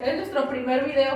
Es nuestro primer video.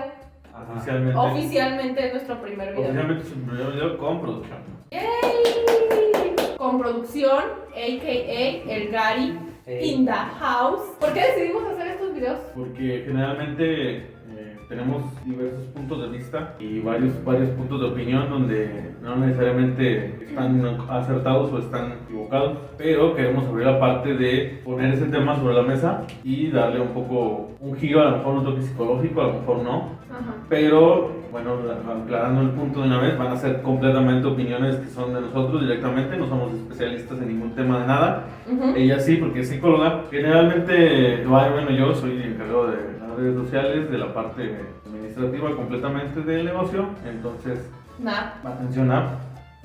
Ajá. Oficialmente. Oficialmente es nuestro primer video. Oficialmente su primer video con producción. ¡Yay! Con producción, a.k.a. el Gary, Eh, in the house. ¿Por qué decidimos hacer estos videos? Porque generalmente eh, tenemos diversos puntos de vista y varios, varios puntos de opinión donde no necesariamente están acertados o están equivocados, pero queremos abrir la parte de poner ese tema sobre la mesa y darle un poco un giro, a lo mejor un toque psicológico, a lo mejor no, Ajá. Pero, bueno, aclarando el punto de una vez, van a ser completamente opiniones que son de nosotros directamente, no somos especialistas en ningún tema de nada. Ujú. Ella sí, porque es psicóloga. Generalmente, bueno, yo soy el encargado de las redes sociales, de la parte administrativa completamente del negocio. Entonces, Nah. atención a,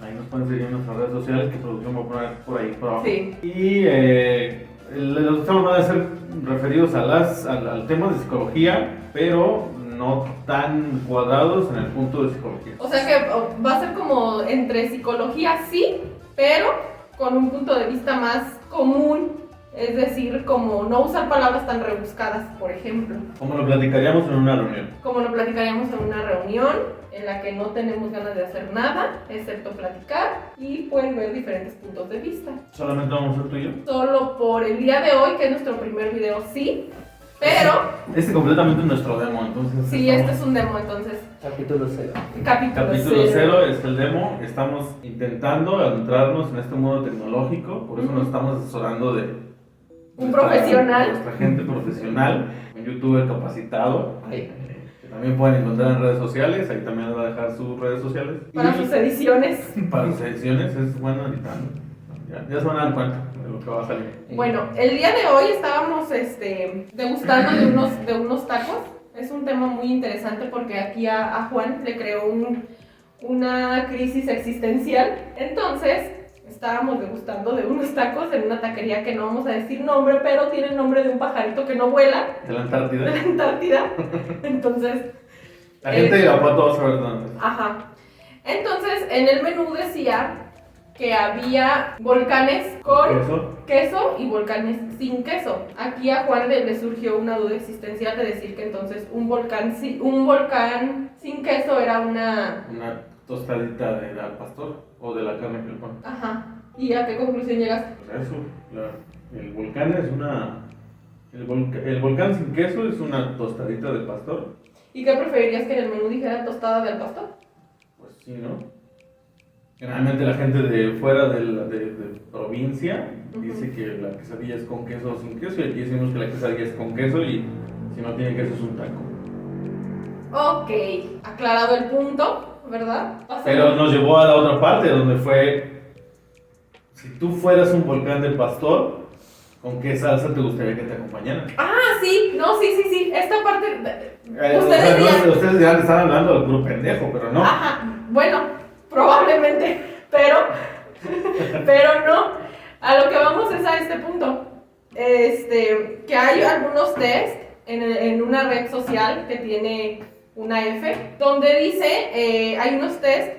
ahí nos pueden seguir en nuestras redes sociales, que pues, producción va a poner por ahí, por abajo. Sí. Y eh, el- los temas van a ser referidos a las, al, al tema de psicología, pero no tan cuadrados en el punto de psicología. O sea que o, va a ser como entre psicología, sí, pero con un punto de vista más común. Es decir, como no usar palabras tan rebuscadas, por ejemplo. Como lo platicaríamos en una reunión. Como lo platicaríamos en una reunión en la que no tenemos ganas de hacer nada, excepto platicar, y pueden ver diferentes puntos de vista. Solamente vamos a ser tú y yo. Solo por el día de hoy, que es nuestro primer video, sí, pero Este completamente es nuestro demo, entonces. sí, este es un demo, entonces, Capítulo 0. capítulo, Capítulo cero. 0 es el demo. Estamos intentando adentrarnos en este mundo tecnológico, por eso Ujú. nos estamos asesorando de. Un nuestra- profesional. Nuestra gente profesional, un youtuber capacitado. Ay, que también pueden encontrar en redes sociales, ahí también les va a dejar sus redes sociales. Para Y sus ediciones. para sus ediciones es bueno editando. Ya, ya se van a dar cuenta de lo que va a salir. Eh, Bueno, el día de hoy estábamos este, degustando de unos, de unos tacos. Es un tema muy interesante porque aquí a, a Juan le creó un- una crisis existencial. Entonces, estábamos degustando de unos tacos en una taquería que no vamos a decir nombre, pero tiene el nombre de un pajarito que no vuela De la de la Antártida. Antártida. Entonces, La gente Eh, de Irapuato va a saber dónde. es. ajá. Entonces, en el menú decía que había volcanes con Eso, queso y volcanes sin queso. Aquí a Juan le, le surgió una duda existencial de decir que entonces un volcán, si- un volcán sin queso era una... una tostadita de al pastor o de la carne que le ponen. Ajá. ¿Y a qué conclusión llegaste? Pues Eso, la- el volcán es una. El, volca- el volcán sin queso es una tostadita de pastor. ¿Y qué preferirías que en el menú dijera tostada del pastor? Pues sí, ¿no? Generalmente la gente de fuera de, la- de- de provincia dice que la quesadilla es con queso o sin queso, y aquí decimos que la quesadilla es con queso y si no tiene queso es un taco. Ok, aclarado el punto, ¿verdad? Pasemos- Pero nos llevó a la otra parte, donde fue, si tú fueras un volcán de pastor, ¿con qué salsa te gustaría que te acompañaran? Ah, sí, no, sí, sí, sí. Esta parte... Eh, o Ustedes Ah, sea, no, dirán. ustedes ya le están hablando al puro pendejo, pero no. Ajá, bueno, probablemente, pero, pero no. A lo que vamos es a este punto. Este, que hay algunos test en, en una red social que tiene una F, donde dice, eh, hay unos test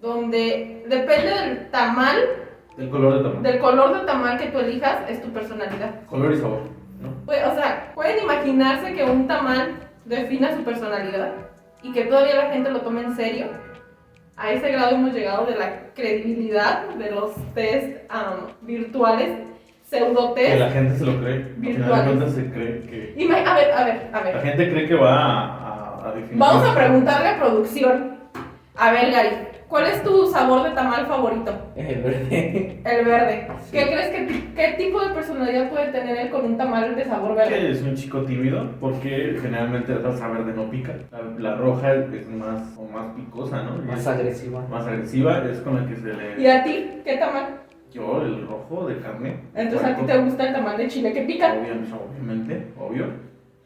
donde depende del tamal, El color de tamaño. del color del tamal que tú elijas, es tu personalidad. Color y sabor, ¿no? Pues, o sea, ¿pueden imaginarse que un tamal defina su personalidad y que todavía la gente lo tome en serio? A ese grado hemos llegado de la credibilidad de los test am, virtuales, pseudo Que test. la gente se lo cree. Al final de Virtuales. cuentas se cree que... Ima- A ver, a ver, a La ver. gente cree que va a, a- a definir. Vamos a preguntarle a producción. A ver, Gary, ¿cuál es tu sabor de tamal favorito? el Eh, verde. El verde. Sí. ¿Qué crees que qué tipo de personalidad puede tener él con un tamal de sabor verde? que es un chico tímido porque generalmente la salsa verde no pica. La, la roja es más, o más picosa, ¿no? Más Es agresiva. más agresiva, es con la que se ¿Y le. a ti? ¿Qué tamal? Yo, el rojo de carne. Entonces a ti te Puerco. gusta el tamal de chile que pica. Obviamente, obviamente, obvio.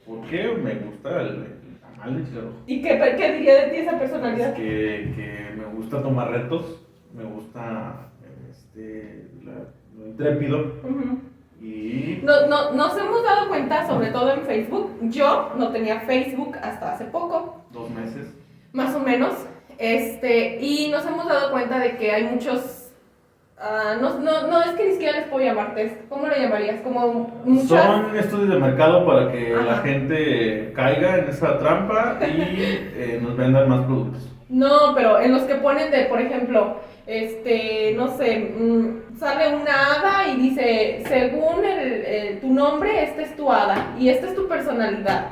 Porque me gusta el, el tamal de chile rojo. ¿Y qué, qué diría de ti esa Es personalidad? que, que me gusta tomar retos, me gusta este, la- lo intrépido Ujú. y. No, no, nos hemos dado cuenta, sobre todo en Facebook, yo no tenía Facebook hasta hace poco, dos meses. más o menos, este, y nos hemos dado cuenta de que hay muchos Ah, no, no, no, es que ni siquiera les puedo llamar test. ¿Cómo lo llamarías? Como muchas. Son estudios de mercado para que la Ajá. gente caiga en esa trampa y eh, nos vendan más productos. No, pero en los que ponen de, por ejemplo, este, no sé, mm, sale una hada y dice, según el- el- tu nombre, esta es tu hada y esta es tu personalidad.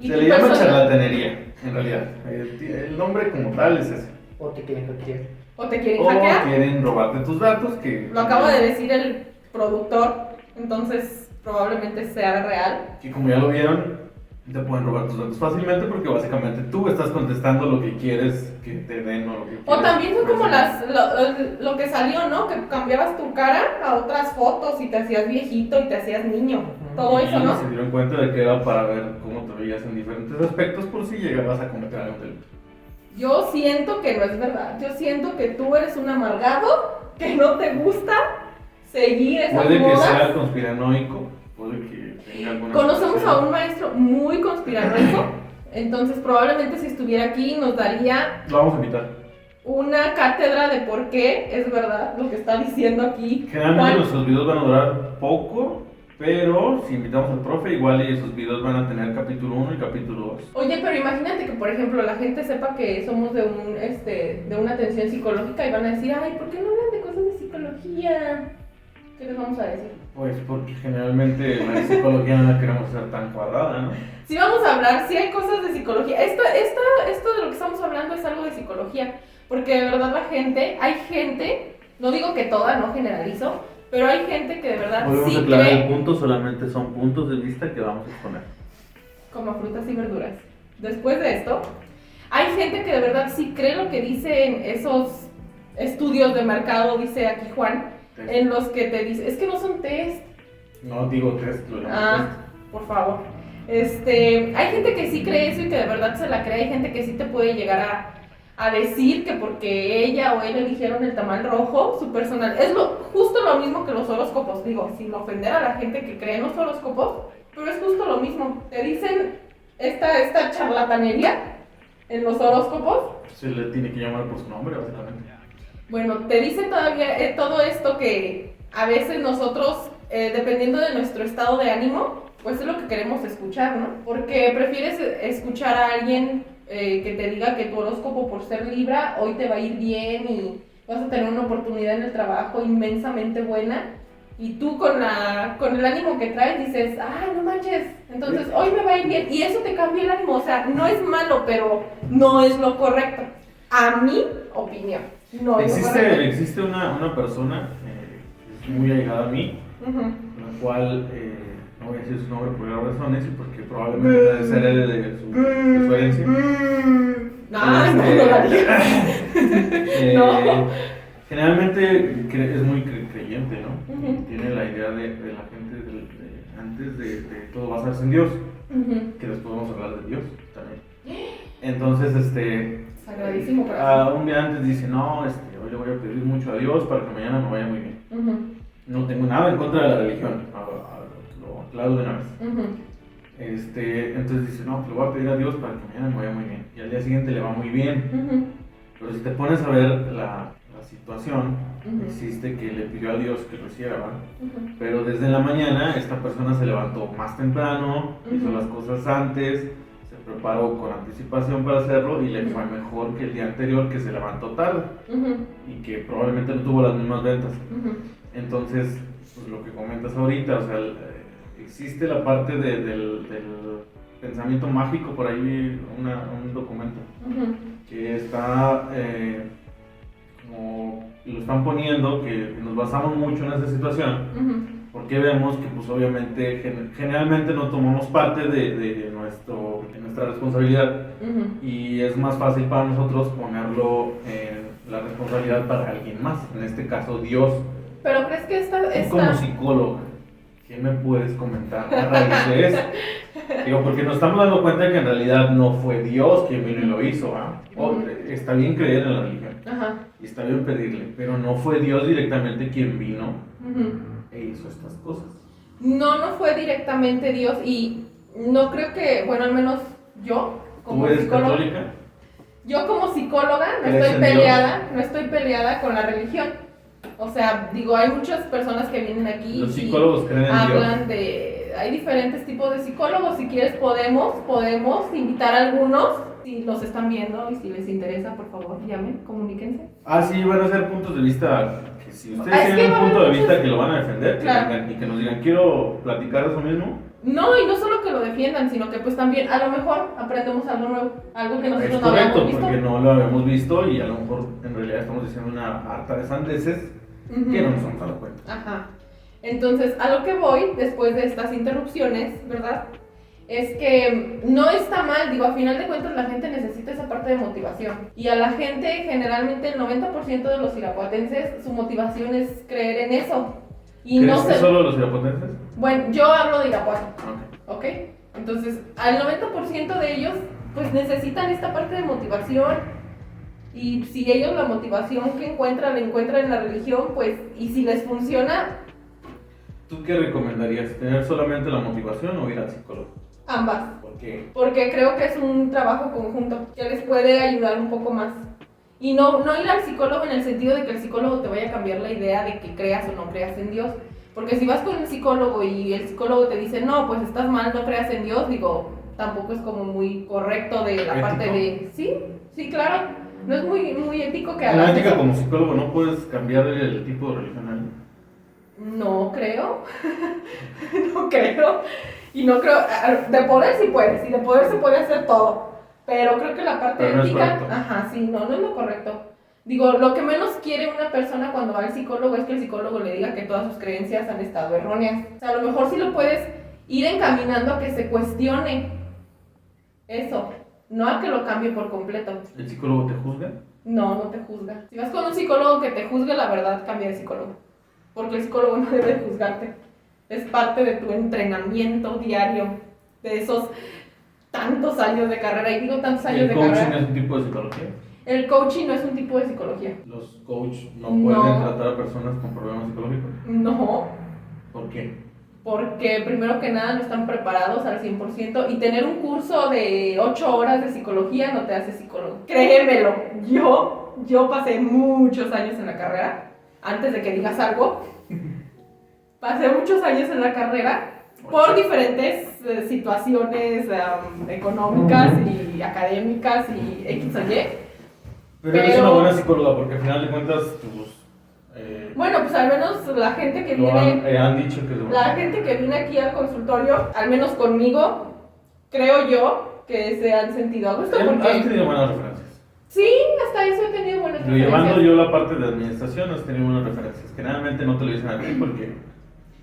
Y Se tu le llama persona- charlatanería, en realidad. El, el nombre como tal es ese. O te quieren hackear. O te quieren O hackear. quieren robarte tus datos que... Lo acaba de decir el productor, entonces probablemente sea real. Y como ya lo vieron, te pueden robar tus datos fácilmente porque básicamente tú estás contestando lo que quieres que te den o lo que quieres. O también fue como presentar. las, lo, lo que salió, ¿no? Que cambiabas tu cara a otras fotos y te hacías viejito y te hacías niño. Todo Y eso, ¿no? Se dieron cuenta de que era para ver cómo te veías en diferentes aspectos por si llegabas a cometer algún delito. Yo siento que no es verdad. Yo siento que tú eres un amargado, que no te gusta seguir esas Puede que modas. sea conspiranoico, puede que tenga alguna. Conocemos a situación. un maestro muy conspiranoico, entonces probablemente si estuviera aquí nos daría Lo vamos a invitar. una cátedra de por qué es verdad lo que está diciendo aquí. Generalmente Juan. nuestros videos van a durar poco, pero si invitamos al profe, igual y esos videos van a tener capítulo 1 y capítulo 2. Oye, pero imagínate que por ejemplo la gente sepa que somos de un este de una atención psicológica y van a decir, "Ay, ¿por qué no hablan de cosas de psicología?" ¿Qué les vamos a decir? Pues porque generalmente la psicología no la queremos hacer tan cuadrada, ¿no? Si vamos a hablar, si hay cosas de psicología. Esto, esto, esto de lo que estamos hablando es algo de psicología. Porque de verdad la gente, hay gente, no digo que toda, no generalizo, pero hay gente que de verdad Volvemos a sí aclarar el cree punto, solamente son puntos de vista que vamos a exponer. como frutas y verduras. Después de esto, hay gente que de verdad sí cree lo que dicen esos estudios de mercado, dice aquí Juan, en los que te dice, es que no son test, No digo test, lo llamo Ah, por favor. Este, hay gente que sí cree eso y que de verdad se la cree, hay gente que sí te puede llegar a, a decir que porque ella o él eligieron el tamal rojo, su personal. Es lo, justo lo mismo que los horóscopos, digo, sin ofender a la gente que cree en los horóscopos, pero es justo lo mismo. Te dicen esta, esta charlatanería en los horóscopos test. Se le tiene que llamar por su nombre, básicamente. bueno, te dice todavía eh, todo esto que a veces nosotros, eh, dependiendo de nuestro estado de ánimo, pues es lo que queremos escuchar, ¿no? Porque prefieres eh, escuchar a alguien eh, que te diga que tu horóscopo por ser Libra hoy te va a ir bien y vas a tener una oportunidad en el trabajo inmensamente buena. Y tú con, la, con el ánimo que traes dices, ay, no manches, entonces hoy me va a ir bien. Y eso te cambia el ánimo, o sea, no es malo, pero no es lo correcto. A mi opinión. No es lo correcto. Existe, existe una, una persona eh, que es muy allegada a mí, Ujú. la cual eh, no voy a decir su nombre por varias razones y porque probablemente debe ser de, de su, de su herencia. Mm, No, no, no la digas. Eh, No. Generalmente cre- es muy cre- creyente, ¿no? Ujú. Tiene la idea de, de la gente del- de- antes de, de todo basarse en Dios, Ujú. que después vamos a hablar de Dios también. Entonces, este, Sagradísimo corazón. ah, un día antes dice, no, este, hoy le voy a pedir mucho a Dios para que mañana me vaya muy bien. Ujú, No tengo nada en contra de la religión, a- a- lo aclaro de una vez. ujú. Este, entonces dice, no, le voy a pedir a Dios para que mañana me vaya muy bien. Y al día siguiente le va muy bien. Ujú. Pero si te pones a ver la, la situación, Ujú. existe que le pidió a Dios que lo hiciera, ¿verdad? Ujú. pero desde la mañana esta persona se levantó más temprano, hizo Ujú. las cosas antes, se preparó con anticipación para hacerlo y le Ujú. fue mejor que el día anterior que se levantó tarde Ujú. y que probablemente no tuvo las mismas ventas. Ujú. Entonces, pues, lo que comentas ahorita, o sea, el- eh, existe la parte de- del, del pensamiento mágico, por ahí una- un documento Ujú. que está eh, como lo están poniendo, que nos basamos mucho en esa situación, Ujú. porque vemos que pues obviamente gen- generalmente no tomamos parte de, de nuestro, de nuestra responsabilidad Ujú. y es más fácil para nosotros ponerlo en la responsabilidad para alguien más, en este caso Dios. Pero crees que esta, Tú como esta psicóloga, ¿qué me puedes comentar a raíz de eso? Digo, porque nos estamos dando cuenta que en realidad no fue Dios quien vino y lo hizo. ¿ah? O, Ujú. está bien creer en la religión Ajá. y está bien pedirle, pero no fue Dios directamente quien vino Ujú. e hizo estas cosas. No, no fue directamente Dios y no creo que, bueno, al menos yo ¿Tú como eres psicóloga, católica? yo como psicóloga no ¿Crees estoy en Dios? peleada, no estoy peleada con la religión. O sea, digo, hay muchas personas que vienen aquí Los y psicólogos creen en Dios. hablan de... Hay diferentes tipos de psicólogos, si quieres podemos, podemos invitar a algunos. Si los están viendo y si les interesa, por favor, llamen, comuníquense. Ah, sí, van a ser puntos de vista. Que si ustedes Ah, es que tienen va a un punto de haber vista muchos- que lo van a defender, que Claro. vengan y que nos digan, quiero platicar eso mismo, No, y no solo que lo defiendan, sino que pues también a lo mejor aprendemos algo nuevo, algo que es nosotros no habíamos correcto, visto. porque no lo habíamos visto y a lo mejor en realidad estamos diciendo una harta de sandeces Ujú. que no nos hemos dado cuenta. Ajá. Entonces, a lo que voy después de estas interrupciones, ¿verdad? Es que no está mal, digo, a final de cuentas la gente necesita esa parte de motivación. Y a la gente, generalmente el 90% de los irapuatenses, su motivación es creer en eso. Y ¿Crees no que se... solo los irapuatenses? Bueno, yo hablo de Irapuato, Ok. ¿ok? Entonces, al 90% de ellos, pues necesitan esta parte de motivación. Y si ellos la motivación que encuentran, la encuentran en la religión, pues, y si les funciona, ¿Tú qué recomendarías? ¿Tener solamente la motivación o ir al psicólogo? Ambas. Porque Porque creo que es un trabajo conjunto que les puede ayudar un poco más. Y no, no ir al psicólogo en el sentido de que el psicólogo te vaya a cambiar la idea de que creas o no creas en Dios. Porque si vas con el psicólogo y el psicólogo te dice, no, pues estás mal, no creas en Dios, digo, tampoco es como muy correcto de la ¿Ético? parte de, sí, sí, claro. No es muy, muy ético que en la hagas ética eso. como psicólogo no puedes cambiar el tipo de religión a alguien. No creo. no creo. Y no creo. a- De poder sí puedes. Y de poder se puede hacer todo. Pero creo que la parte Pero no es ética. correcto. ajá, sí, no, no es lo correcto. Digo, lo que menos quiere una persona cuando va al psicólogo es que el psicólogo le diga que todas sus creencias han estado erróneas. O sea, a lo mejor sí lo puedes ir encaminando a que se cuestione eso. No a que lo cambie por completo. ¿El psicólogo te juzga? No, no te juzga. Si vas con un psicólogo que te juzgue, la verdad cambia de psicólogo. Porque el psicólogo no debe de juzgarte. Es parte de tu entrenamiento diario, de esos tantos años de carrera. Y digo tantos ¿El años de coaching carrera. es un tipo de psicología? El coaching no es un tipo de psicología. Los coaches no No. pueden tratar a personas con problemas psicológicos. No, ¿Por qué? porque primero que nada no están preparados al 100% y tener un curso de 8 horas de psicología no te hace psicólogo. Créemelo, yo, yo pasé muchos años en la carrera, antes de que digas algo, pasé muchos años en la carrera por diferentes eh, situaciones am, económicas y académicas y X o Y. Pero eres Pero- una buena psicóloga porque al final de cuentas tus, eh, Bueno, pues al menos la gente que lo viene... han, eh, han dicho que lo- La gente que viene aquí al consultorio, al menos conmigo, creo yo que se han sentido a gusto Han- Has porque tenido buenas referencias. sí, hasta eso he tenido buenas Pero llevando referencias. yo la parte de administración, has tenido buenas referencias. Generalmente no te lo dicen a ti porque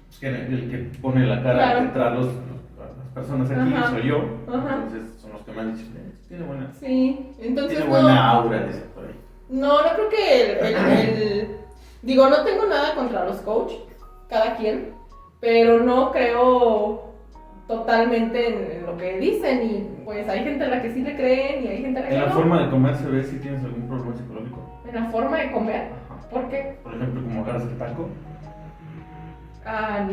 pues, que el que pone la cara Claro. detrás los, los- las personas aquí Ajá. soy yo. Ajá. Entonces son los que me han dicho, eh, tiene buena, Sí, entonces tiene no, buena aura, dice por ahí. no, no creo que el, el- el- digo, no tengo nada contra los coach, cada quien, pero no creo totalmente en, en lo que dicen y pues hay gente a la que sí le creen y hay gente a la que En la no. forma de comer se ve si tienes algún problema psicológico. En la forma de comer, Ajá. ¿por qué? Por ejemplo, como agarras el taco. Ah,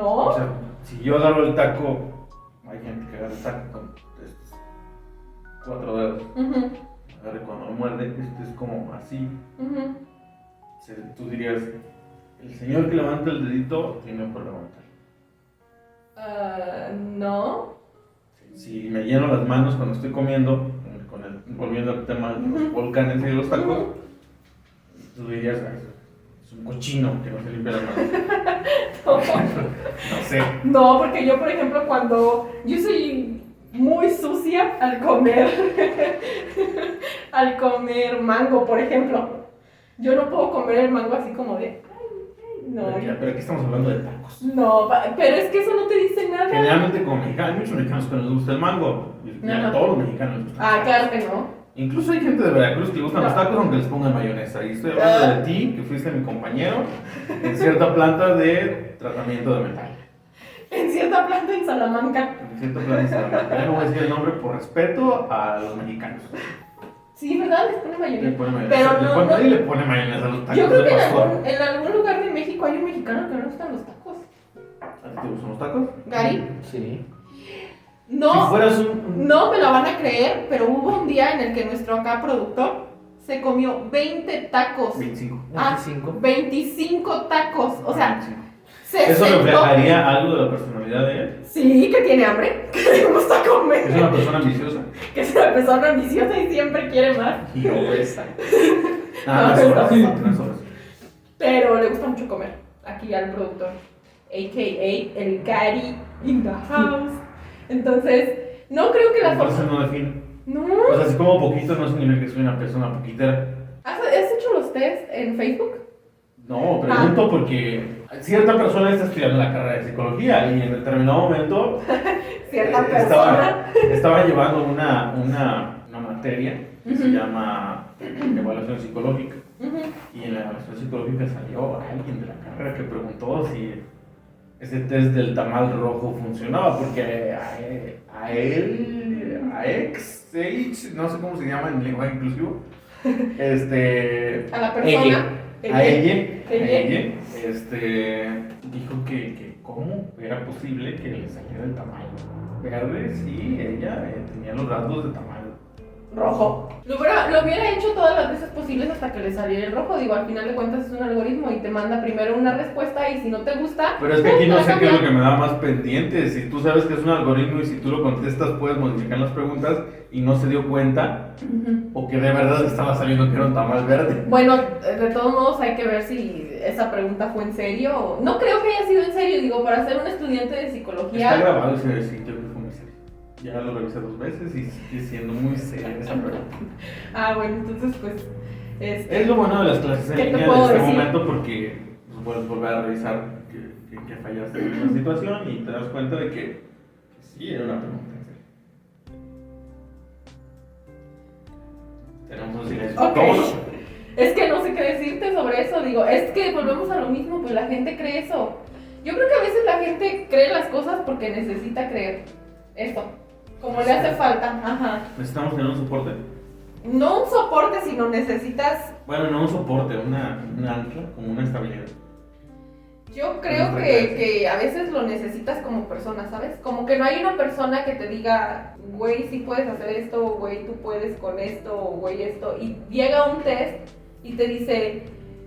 O no. sea, si yo agarro el taco, hay gente que agarra el taco con estos cuatro dedos. Ujú, Agarra y cuando lo muerde, este es como así. ujú. Se- tú dirías, el señor que levanta el dedito tiene por levantar. Ah, no. Si me lleno las manos cuando estoy comiendo, con el- volviendo al tema de los Ujú. volcanes y de los tacos, tú dirías, "Ah, es un cochino que no se limpia las manos. No sé. No, porque yo, por ejemplo, cuando yo soy muy sucia al comer, al comer mango, por ejemplo, yo no puedo comer el mango así como de, ay, ay, no. Pero aquí estamos hablando de tacos. No, pa- pero es que eso no te dice nada. Generalmente como mexicanos, hay muchos mexicanos que no les gusta el mango. Y a Ajá. todos los mexicanos les gusta. Ah, claro que no. Incluso hay gente de Veracruz que le gustan los tacos aunque les pongan mayonesa. Y estoy hablando de ti, que fuiste mi compañero en cierta planta de tratamiento de metal. En cierta planta en Salamanca. En cierta planta de tratamiento. Ya no voy a decir el nombre por respeto a los mexicanos. Sí, ¿verdad? Les pone Le mayonesa. ponen mayonesa. Pero Le no, ponen- no. Nadie le pone mayonesa a los tacos Yo creo de que en pastor. algún, en algún lugar de México hay un mexicano que no le gustan los tacos. ¿A ti te gustan los tacos? ¿Gary? Sí. No. Si fueras un. No me lo van a creer, pero hubo un día en el que nuestro acá productor se comió 20 tacos. 25. Ah, 25. 25 tacos. O sea, 25. se Eso sentó- reflejaría algo de la personalidad de él. Sí, que tiene hambre, que le gusta Es una comer, persona ambiciosa. que es una persona ambiciosa y siempre quiere más. Y obesa. Nada, no es obesa, no es obesa. Pero le gusta mucho comer aquí al productor, a.k.a. el Gary in the house. Entonces, no creo que la Entonces forma... no define. No. O sea, si como poquito no significa que soy una persona poquitera. ¿Has, has hecho los test en Facebook? No, Ah. pregunto porque cierta persona está estudiando la carrera de psicología y en determinado momento Cierta eh, persona. estaba, estaba llevando una, una, una materia que se Ujú. llama evaluación psicológica. Ujú. Y en la evaluación psicológica salió alguien de la carrera que preguntó si ese test del tamal rojo funcionaba, porque a, e- a él, a ex, H, no sé cómo se llama en lenguaje inclusivo, este, A la persona. a ella, a Ella. ella, este, dijo que, que cómo era posible que le saliera el tamal verde si ella eh, tenía los rasgos de tamal Rojo. Lo hubiera, lo hubiera hecho todas las veces posibles hasta que le saliera el rojo. Digo, al final de cuentas es un algoritmo y te manda primero una respuesta y si no te gusta... Pero es que pues, aquí no la sé qué es lo cambias. que me da más pendiente. Si tú sabes que es un algoritmo y si tú lo contestas, puedes modificar las preguntas y no se dio cuenta Ujú. o que de verdad le estaba saliendo que era un tamal verde. Bueno, de todos modos hay que ver si esa pregunta fue en serio. o- No creo que haya sido en serio, digo, para ser un estudiante de Está psicología. grabado ese sitio que fue muy serio. Ya lo revisé dos veces y sigue siendo muy seria esa pregunta. Ah, bueno, entonces pues este, Es lo bueno de las clases en ¿Qué te línea en puedo este decir? momento porque pues, puedes volver a revisar que, que- que fallaste en una situación y te das cuenta de que, que sí era una pregunta en serio. Tenemos un silencio. Ok. incómodo. es que no sé qué decirte sobre eso, digo, es que volvemos a lo mismo, pues la gente cree eso. Yo creo que a veces la gente cree las cosas porque necesita creer esto, como le hace falta, ajá. Necesitamos tener un soporte. No un soporte, sino necesitas, Bueno, no un soporte, una, una ancla, como una estabilidad. yo creo que, que a veces lo necesitas como persona, ¿sabes? Como que no hay una persona que te diga, güey, sí puedes hacer esto, o, güey, tú puedes con esto, o, güey, esto, y llega un test y te dice,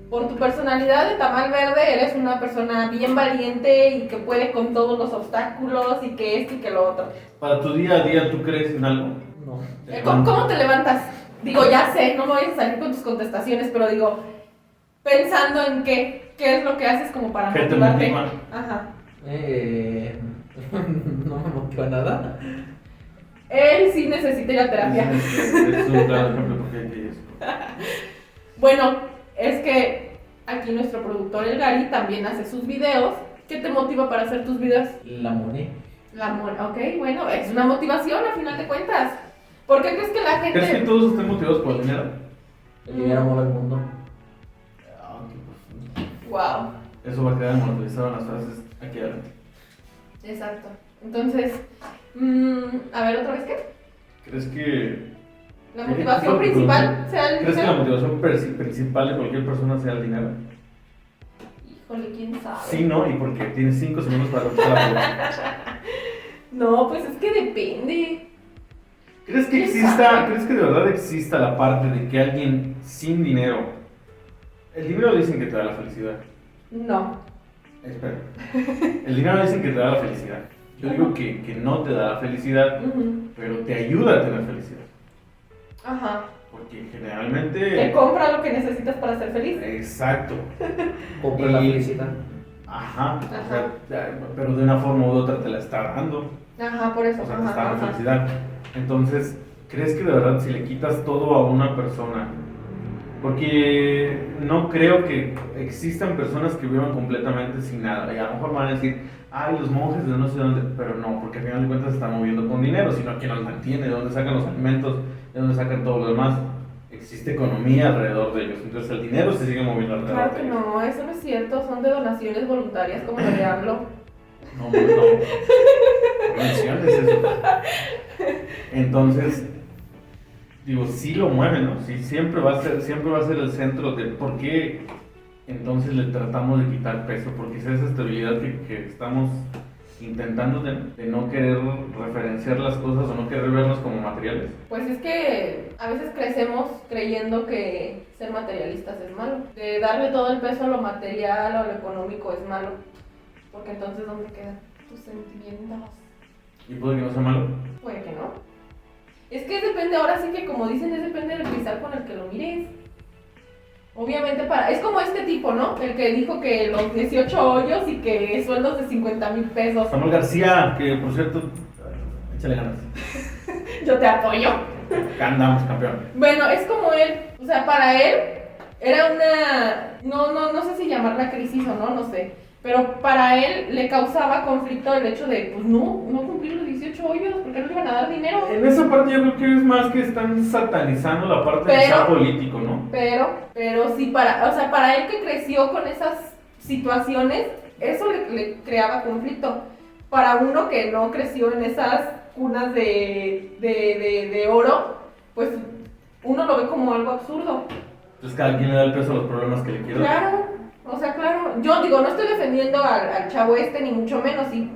por tu personalidad de tamal verde eres una persona bien valiente y que puede con todos los obstáculos y que esto y que lo otro. Para tu día a día, ¿tú crees en algo? No. Eh, ¿Cómo, cómo te levantas? Digo, ya sé, no me voy a salir con tus contestaciones, pero digo, pensando en qué, qué es lo que haces como para ¿Qué te motivarte. motiva? Ajá. Eh, no me motiva nada. Él sí necesita ir a terapia. Es, es un claro ejemplo porque hay que eso. Bueno, es que aquí nuestro productor, el Gary, también hace sus videos. ¿Qué te motiva para hacer tus videos? La moneda. La amor, ok, bueno, es una motivación a final de cuentas. ¿Por qué crees que la gente... ¿Crees que todos estén motivados por el dinero? Mm. El dinero mueve el mundo. Wow, Eso va a quedar monetizado en las frases aquí adelante. exacto. Entonces, mm, a ver otra vez qué. ¿Crees que, La Sí, motivación eso, principal sea el ¿crees que la dinero. motivación perci- principal de cualquier persona sea el dinero? Híjole, quién sabe. Sí, no, y porque tienes 5 segundos para contestar la pregunta. No, pues es que depende. ¿Crees que exista, crees que de verdad exista la parte de que alguien sin dinero. El dinero dicen que te da la felicidad. No. Espera. El dinero dicen que te da la felicidad. Yo digo que, que no te da la felicidad, Ujú. pero te ayuda a tener felicidad. Ajá. Porque Te generalmente. compra lo que necesitas para ser feliz. Exacto. Compra la Y- felicidad. Ajá. O sea, ya, pero de una forma u otra te la está dando. Ajá, por eso. O sea, te ajá, está dando ajá. felicidad. Entonces, ¿crees que de verdad si le quitas todo a una persona? Porque no creo que existan personas que vivan completamente sin nada. Y a lo mejor van a decir, ay, los monjes de no sé dónde. Pero no, porque al final de cuentas se están moviendo con dinero, sino que los mantiene, de dónde sacan los alimentos, de dónde sacan todo lo demás. Existe economía alrededor de ellos. Entonces, el dinero se sigue moviendo alrededor Claro de que ellos. no, eso no es cierto. Son de donaciones voluntarias, como lo hablo. No, no. No menciones eso. Entonces, digo, sí lo mueve, ¿no? Sí, siempre va a ser, siempre va a ser el centro de por qué entonces le tratamos de quitar peso, porque es esa estabilidad que, que estamos intentando de, de no querer referenciar las cosas o no querer verlas como materiales. Pues es que a veces crecemos creyendo que ser materialistas es malo. De darle todo el peso a lo material o a lo económico es malo. Porque entonces, ¿dónde quedan tus sentimientos? Y puede que no sea malo. Puede que no. Es que depende, ahora sí que como dicen, es depende del cristal con el que lo mires. Obviamente para... Es como este tipo, ¿no? El que dijo que los 18 hoyos y que sueldos de 50 mil pesos. Samuel García, que por cierto, échale ganas. Yo te apoyo. Acá andamos, campeón. Bueno, es como él, o sea, para él era una, no, no, no sé si llamarla crisis o no, no sé, pero para él le causaba conflicto el hecho de, pues no, no cumplir los 18 hoyos, porque no le iban a dar dinero. En esa parte yo creo que es más que están satanizando la parte de Pero- ser político, ¿no? Pero, pero sí, para, o sea, para él que creció con esas situaciones, eso le, le creaba conflicto. Para uno que no creció en esas cunas de, de, de, de oro, pues uno lo ve como algo absurdo. Entonces cada quien le da el peso a los problemas que le quiere. dar. Claro, o sea, claro. Yo digo, no estoy defendiendo al, al chavo este, ni mucho menos. Sí,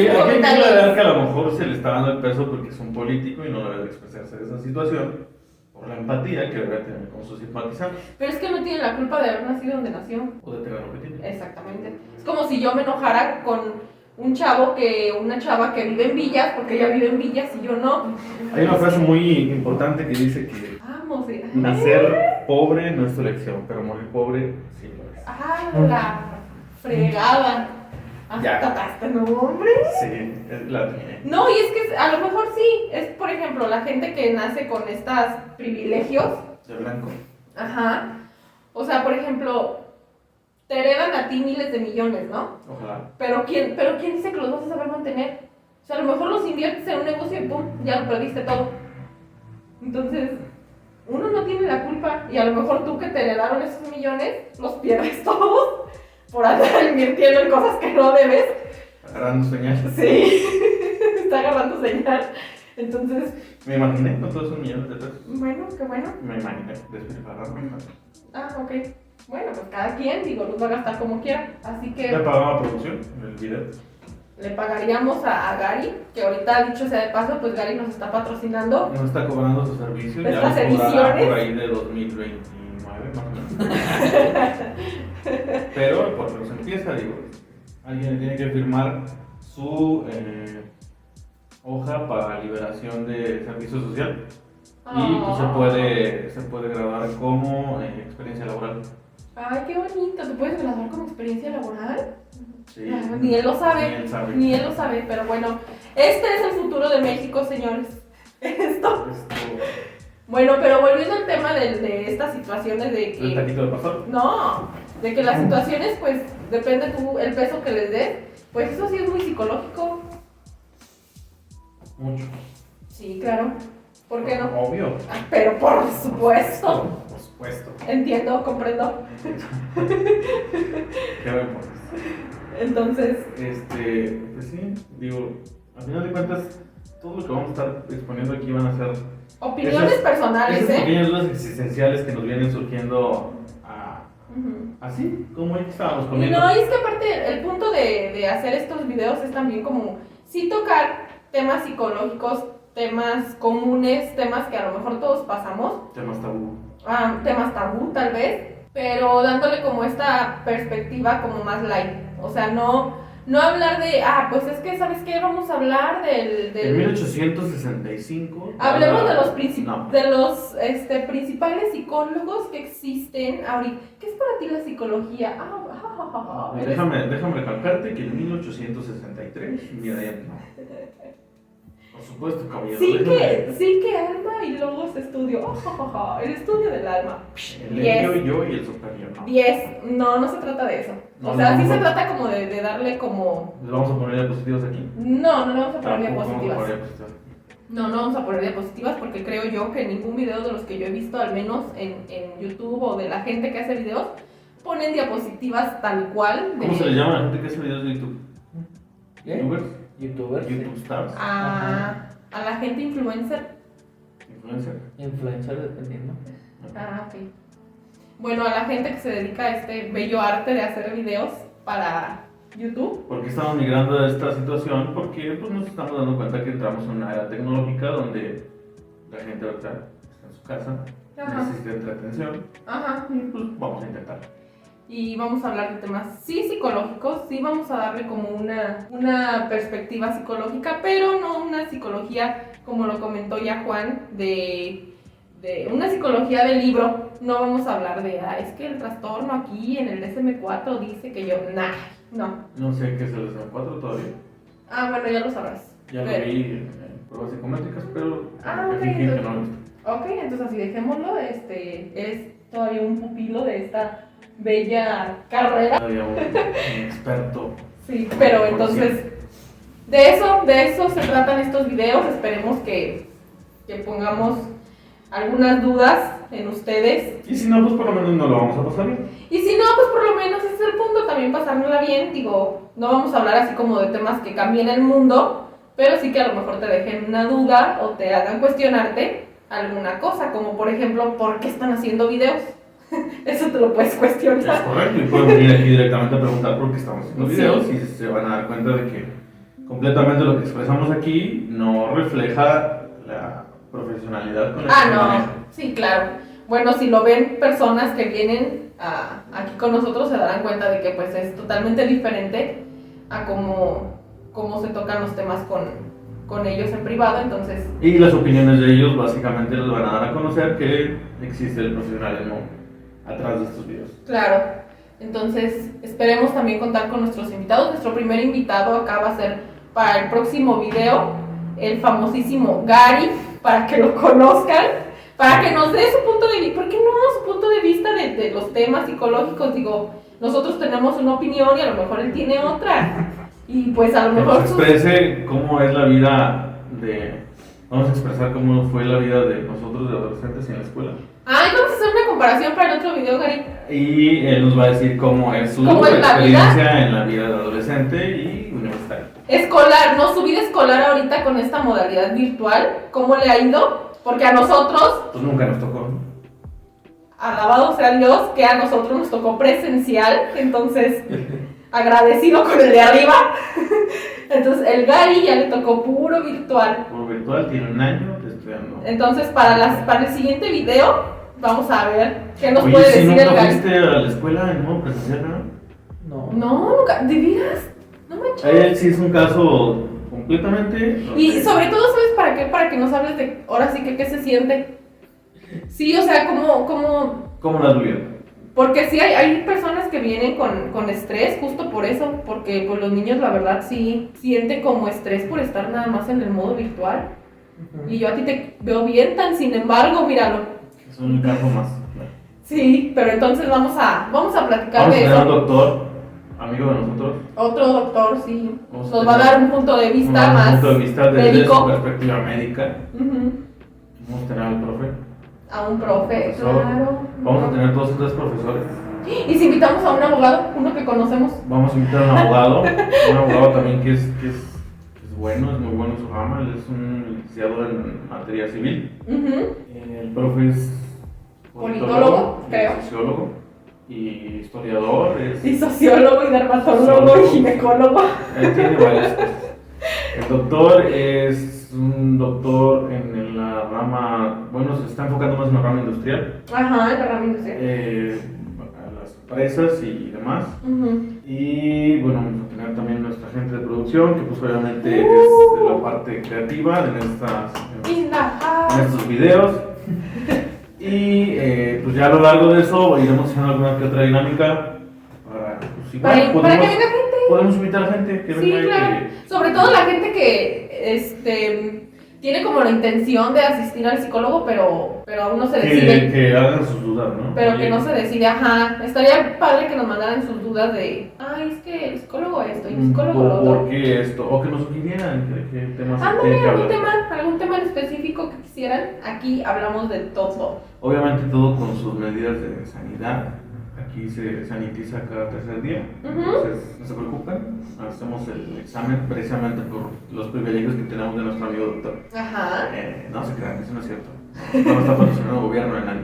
Es un aquí hay que comentario. aclarar que a lo mejor se le está dando el peso porque es un político y no debe de expresarse de esa situación por la empatía que debe tener con sus simpatizantes Pero es que no tiene la culpa de haber nacido donde nació. o de tener lo que tiene. Exactamente. Es como si yo me enojara con un chavo que, una chava que vive en villas, porque ella vive en villas y yo no. Hay una frase muy importante que dice que Vamos, eh. nacer pobre no es tu elección, pero morir pobre sí lo es. Ah, la fregada. Ya. Hasta tacaste, no, hombre. Sí, es la tiene. No, y es que es- a lo mejor sí. Es, por ejemplo, la gente que nace con estos privilegios. De blanco. Ajá. O sea, por ejemplo, te heredan a ti miles de millones, ¿no? Ojalá. Pero ¿quién, pero quién dice que los vas a saber mantener? O sea, a lo mejor los inviertes en un negocio y pum, ya lo perdiste todo. Entonces, uno no tiene la culpa y a lo mejor tú que te heredaron esos millones, los pierdes todos por andar invirtiendo en cosas que no debes. Agarrando soñajes. Sí, está agarrando señal. Entonces, Me imaginé con todos esos millones de pesos. bueno, qué bueno. Me imaginé despilfarrarme. Ah, ok. Bueno, pues cada quien, digo, los va a gastar como quiera. Así que... Le pagaba producción en el video. Le pagaríamos a, a Gary, que ahorita dicho sea de paso, pues Gary nos está patrocinando. No está cobrando sus servicios. Ya Nuestras los cobrará ediciones. por ahí de 2029, más o menos. Pero por los empieza, digo, alguien tiene que firmar su eh, hoja para liberación de servicio social. Y pues, Ah. Oh. se, puede, se puede grabar como eh, experiencia laboral. Ay, qué bonito. ¿Te puedes graduar como experiencia laboral? Sí. Ah, Ni él lo Ni sabe. él sabe. Ni él lo sabe, pero bueno. Este es el futuro de México, señores. Esto. Esto, Bueno, pero volviendo al tema de, de estas situaciones de el que... taquito de pastor. No, de que las situaciones, pues, depende tú el peso que les des. Pues eso sí es muy psicológico. Mucho. Sí, claro. ¿Por qué no? Obvio. Ah, Pero por supuesto. Por supuesto. Entiendo, comprendo. ¿Qué me pones? Entonces, Este, pues sí, digo, a final de cuentas, todo lo que vamos a estar exponiendo aquí van a ser opiniones Esas- personales, esas ¿eh? pequeñas dudas existenciales que nos vienen surgiendo a- Ujú. así, como hoy que estábamos Y comiendo. no, y es que aparte el punto de, de hacer estos videos es también como, sí tocar temas psicológicos, temas comunes, temas que a lo mejor todos pasamos, Temas tabú. ah, temas tabú tal vez, pero dándole como esta perspectiva como más light. O sea, no, no hablar de, ah, pues es que, ¿sabes qué? Vamos a hablar del... del En 1865. Hablemos de los, princip- No. de los este, principales psicólogos que existen ahorita. ¿Qué es para ti la psicología? Ah, ah, ah, ah, ah, eres- Déjame, déjame recalcarte que en 1863, mira, ya no. Por supuesto, caballero. Sí déjame- que, sí que alma y logos estudio. Ah, ah, ah, ah, el estudio del alma. El Diez. Elio, yo y el superior, no. 10. No, no se trata de eso. o No, sea, no, sí no. se trata como de, de darle como... Les vamos a poner diapositivas aquí. No, no, no vamos a poner Tampoco vamos a diapositivas. poner diapositivas. No, no vamos a poner diapositivas porque creo yo que ningún video de los que yo he visto, al menos en, en YouTube o de la gente que hace videos, ponen diapositivas tal cual. de- ¿Cómo se le llama a la gente que hace videos de YouTube? ¿Qué? ¿Youtubers? Youtuber. ¿YouTube stars? Ah. a, a la gente influencer. ¿Influencer? Influencer dependiendo. Ah, ok. Bueno, a la gente que se dedica a este bello arte de hacer videos para YouTube. ¿Por qué estamos migrando a esta situación? Porque pues, nos estamos dando cuenta que entramos en una era tecnológica donde la gente ahorita está en su casa, Ajá. necesita entretención Ajá. y pues vamos a intentar. Y vamos a hablar de temas, sí, psicológicos, sí vamos a darle como una, una perspectiva psicológica, pero no una psicología, como lo comentó ya Juan, de, de una psicología de libro. No vamos a hablar de, ah, es que el trastorno aquí en el SM4 dice que yo, nah, no. No sé qué es el SM4 todavía. Ah, bueno, ya lo sabrás. Ya lo Pero- vi en en pruebas psicométricas, pero Ah, me ok, fingí que no lo entonces- vi. Ok, entonces así dejémoslo, este es todavía un pupilo de esta bella carrera. Todavía un un experto. Sí, pero entonces de eso, de eso se tratan estos videos. Esperemos que, que pongamos algunas dudas en ustedes. Y si no, pues por lo menos no lo vamos a pasar bien. Y si no, pues por lo menos ese es el punto, también pasárnosla bien. Digo, no vamos a hablar así como de temas que cambien el mundo, pero sí que a lo mejor te dejen una duda o te hagan cuestionarte alguna cosa, como por ejemplo, ¿por qué están haciendo videos? eso te lo puedes Es cuestionar. correcto, y pueden venir aquí directamente a preguntar por qué estamos haciendo Sí. videos y se van a dar cuenta de que completamente lo que expresamos aquí no refleja la profesionalidad con la que se Ah, maneja. no, sí, claro. Bueno, si lo ven personas que vienen a- aquí con nosotros, se darán cuenta de que pues es totalmente diferente a cómo, cómo se tocan los temas con, con ellos en privado, entonces, Y las opiniones de ellos básicamente les van a dar a conocer que existe el profesionalismo atrás de estos videos. claro. Entonces, esperemos también contar con nuestros invitados. Nuestro primer invitado acá va a ser para el próximo video, el famosísimo Gary, para que lo conozcan, para que nos dé su punto de vista, ¿por qué no su punto de vista de, de los temas psicológicos? Digo, nosotros tenemos una opinión y a lo mejor él tiene otra. Y pues a lo Que nos mejor sus- exprese cómo es la vida de... Vamos a expresar cómo fue la vida de nosotros de adolescentes en la escuela. Ay, vamos a hacer una comparación para el otro video, Gary. Y él nos va a decir cómo es su ¿Cómo es la experiencia en la vida de adolescente y universitaria. Escolar, ¿no? Su vida escolar ahorita con esta modalidad virtual, ¿cómo le ha ido? Porque a nosotros, Pues nunca nos tocó. ¿no? alabado sea Dios, que a nosotros nos tocó presencial, entonces agradecido con el de arriba. Entonces el Gary ya le tocó puro virtual. Por virtual tiene un año estudiando. Entonces para, las, para el siguiente video vamos a ver qué nos Oye, puede si decir el nunca Gary. fuiste a la escuela en modo presencial, ¿no? No. No, nunca, ¿de veras? No manches. Él sí es un caso completamente... Y sobre todo, ¿sabes para qué? Para que nos hables de ahora sí que qué se siente. Sí, o sea, como, como, ¿Cómo la tuya? porque sí hay, hay personas que vienen con, con estrés justo por eso, porque pues los niños la verdad sí sienten como estrés por estar nada más en el modo virtual. Ujú. Y yo a ti te veo bien tan, sin embargo, míralo. Es un caso más. Sí, pero entonces vamos a, vamos a platicar Vamos a de tener un eso. doctor, amigo de nosotros. Otro doctor, sí, Vamos a nos va a tener dar un punto de un vista más punto de vista desde su médico. perspectiva médica. Ujú. Vamos a tener al profe. A un profe, Profesor. claro. Vamos a tener dos o tres profesores. Y si invitamos a un abogado, uno que conocemos. Vamos a invitar a un abogado. un abogado también que es, que es, que es bueno, es muy bueno en su rama. Él es un licenciado en materia civil. Ujú. El profe es Politólogo, y creo. Sociólogo y historiador. es- Y sociólogo, y dermatólogo, y ginecólogo. Él tiene varias cosas. El doctor es un doctor en la rama, bueno, se está enfocando más en la rama industrial, Ajá, la rama industrial. eh, a las presas y demás. Ujú. Y bueno, vamos a tener también nuestra gente de producción, que pues obviamente ¡Uh! es la parte creativa en, estas, In the en house. estos videos. Y eh, pues ya a lo largo de eso iremos haciendo alguna que otra dinámica para, pues, igual, Para, para que podemos, venga gente. podemos invitar a gente que venga Sí, y claro. que- Sobre todo la gente que este tiene como la intención de asistir al psicólogo, pero, pero aún no se que, decide. que hagan sus dudas, ¿no? Pero Oye, que no se decide, ajá. Estaría padre que nos mandaran sus dudas de, ay, es que el psicólogo esto y el psicólogo lo ¿Por, otro. por qué esto? O que nos sugirieran de qué temas se Ándale, tiene que algún hablar. tema, algún tema en específico que quisieran. Aquí hablamos de todo. Obviamente todo con sus medidas de sanidad. Aquí se sanitiza cada tercer día. Ujú. Entonces, no se preocupen. Hacemos el examen precisamente por los privilegios que tenemos de nuestro amigo doctor. Ajá. Eh, no se crean, eso no es cierto. No, no está patrocinando el gobierno de nadie.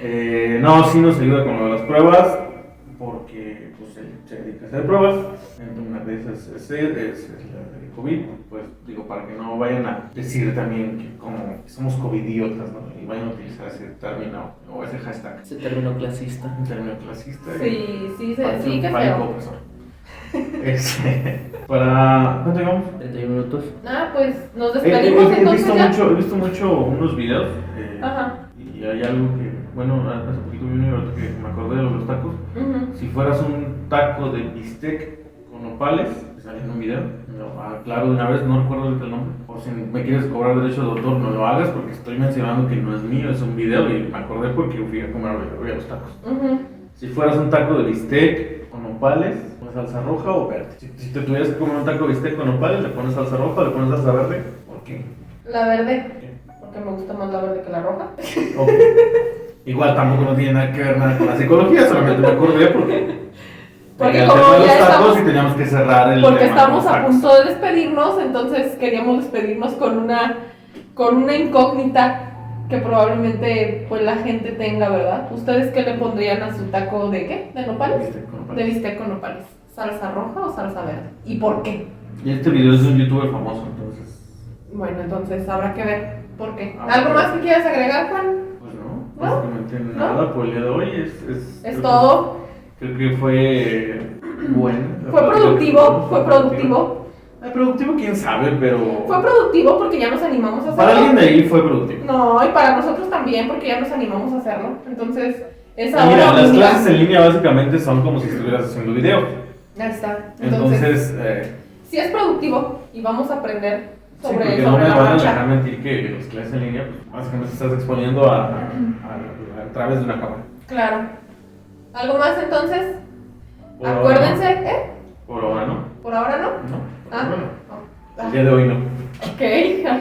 Eh, no, sí nos ayuda con lo de las pruebas, porque pues, él se dedica que hacer pruebas. Entonces, una de esas es, ser, es, es la de COVID. Pues digo, para que no vayan a decir también que como somos COVIDiotas, ¿no? Y vayan a utilizar ese término o ese hashtag. Se terminó clasista. Un término clasista. y- Sí, sí, se- Parece sí, un qué pánico feo. opresor. Este, para. ¿Cuánto llevamos? 31 minutos. Ah, pues nos He, he- despedimos Eh, he entonces visto ya. mucho, he visto mucho unos videos. eh, Ajá. Y hay algo que. Bueno, hace poquito vi uno y ahorita que me acordé de los tacos. Ujú. Si fueras un taco de bistec con nopales, te sale en un video. No, ah, claro, de una vez no recuerdo ahorita el nombre. Por si me quieres cobrar derecho de autor, no lo hagas porque estoy mencionando que no es mío, es un video y me acordé porque fui a comer hoy a los tacos. Ujú. Si fueras un taco de bistec con nopales, con salsa roja o verde. Si, si te tuvieras que comer un taco de bistec con nopales, le pones salsa roja, le pones salsa verde. ¿Por qué? La verde, porque me gusta más la verde que la roja. Ok. Igual tampoco no tiene nada que ver nada con la psicología, solamente me acordé porque. Porque tenía el como tema de los ya tacos estamos- y teníamos que cerrar el. Porque tema de los estamos a tacos. punto de despedirnos, entonces queríamos despedirnos con una, con una incógnita que probablemente pues la gente tenga, ¿verdad? ¿Ustedes qué le pondrían a su taco de qué? ¿De nopales? Bistec con De nopales. bistec con nopales. ¿Salsa roja o salsa verde? ¿Y por qué? Y este video es de un youtuber famoso, entonces. Bueno, entonces habrá que ver por qué. Habrá ¿Algo que más ver. que quieras agregar, Juan? Pues no, básicamente nada por el día de hoy. Es, es, creo Es que- todo. Creo que fue. Bueno. Fue productivo, fue productivo. Eh, productivo quién sabe, pero... Fue productivo porque ya nos animamos a Para alguien hacerlo. de ahí fue productivo. No, y para nosotros también porque ya nos animamos a hacerlo. Entonces, es ahora. Ah, Mira, las o nunca. clases en línea básicamente son como si estuvieras haciendo video. Ahí está. Entonces, Entonces, eh, sí es productivo y vamos a aprender sí, sobre, porque no sobre me la van a marcha. dejar mentir que las clases en línea, pues, básicamente estás exponiendo a, a, a- a través de una cámara. Claro. ¿Algo más entonces? Por ahora Acuérdense, ¿eh? no. Por ahora no. Por ahora no. No. Ah. Bueno, Ah. el día de hoy no. Ok.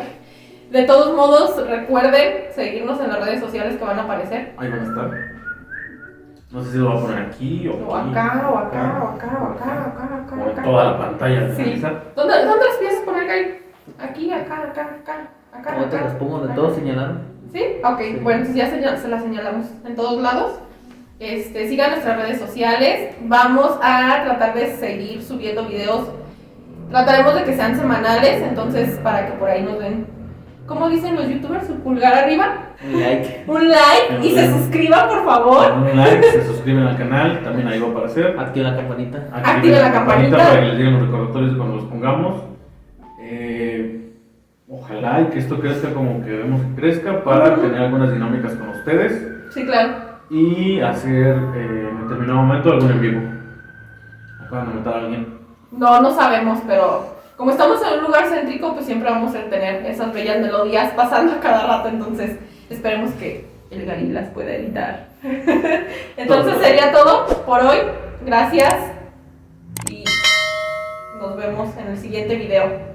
De todos modos, recuerden seguirnos en las redes sociales que van a aparecer. Ahí van a estar. No sé si lo va a poner aquí o, O aquí, acá, o acá, o acá, o acá, o acá, o acá, O en acá. toda la pantalla. de Sí. analizar. ¿Dónde, dónde las piensas poner, Gary? Aquí, acá, acá, acá, acá. ¿Cómo te acá, las pongo de acá. todos señalados? ¿Sí? Ok, Sí. bueno, entonces ya se, se la señalamos en todos lados. Este, sigan nuestras redes sociales. Vamos a tratar de seguir subiendo videos. Trataremos de que sean semanales, entonces para que por ahí nos den, como dicen los youtubers, su pulgar arriba, Un like. un like y se suscriban, por favor. Denle un like, se suscriben al canal, también ahí va a aparecer. Activa la campanita. Activen la campanita. para que les lleguen los recordatorios cuando los pongamos. Eh, ojalá y que esto crezca como que vemos que crezca para Ujú. tener algunas dinámicas con ustedes Sí, claro. y hacer eh, en determinado momento algún en vivo. Acaban de matar a alguien. No, no sabemos, pero como estamos en un lugar céntrico, pues siempre vamos a tener esas bellas melodías pasando a cada rato, entonces esperemos que el Gary las pueda editar. entonces Todo. sería todo por hoy. Gracias y nos vemos en el siguiente video.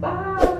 Bye.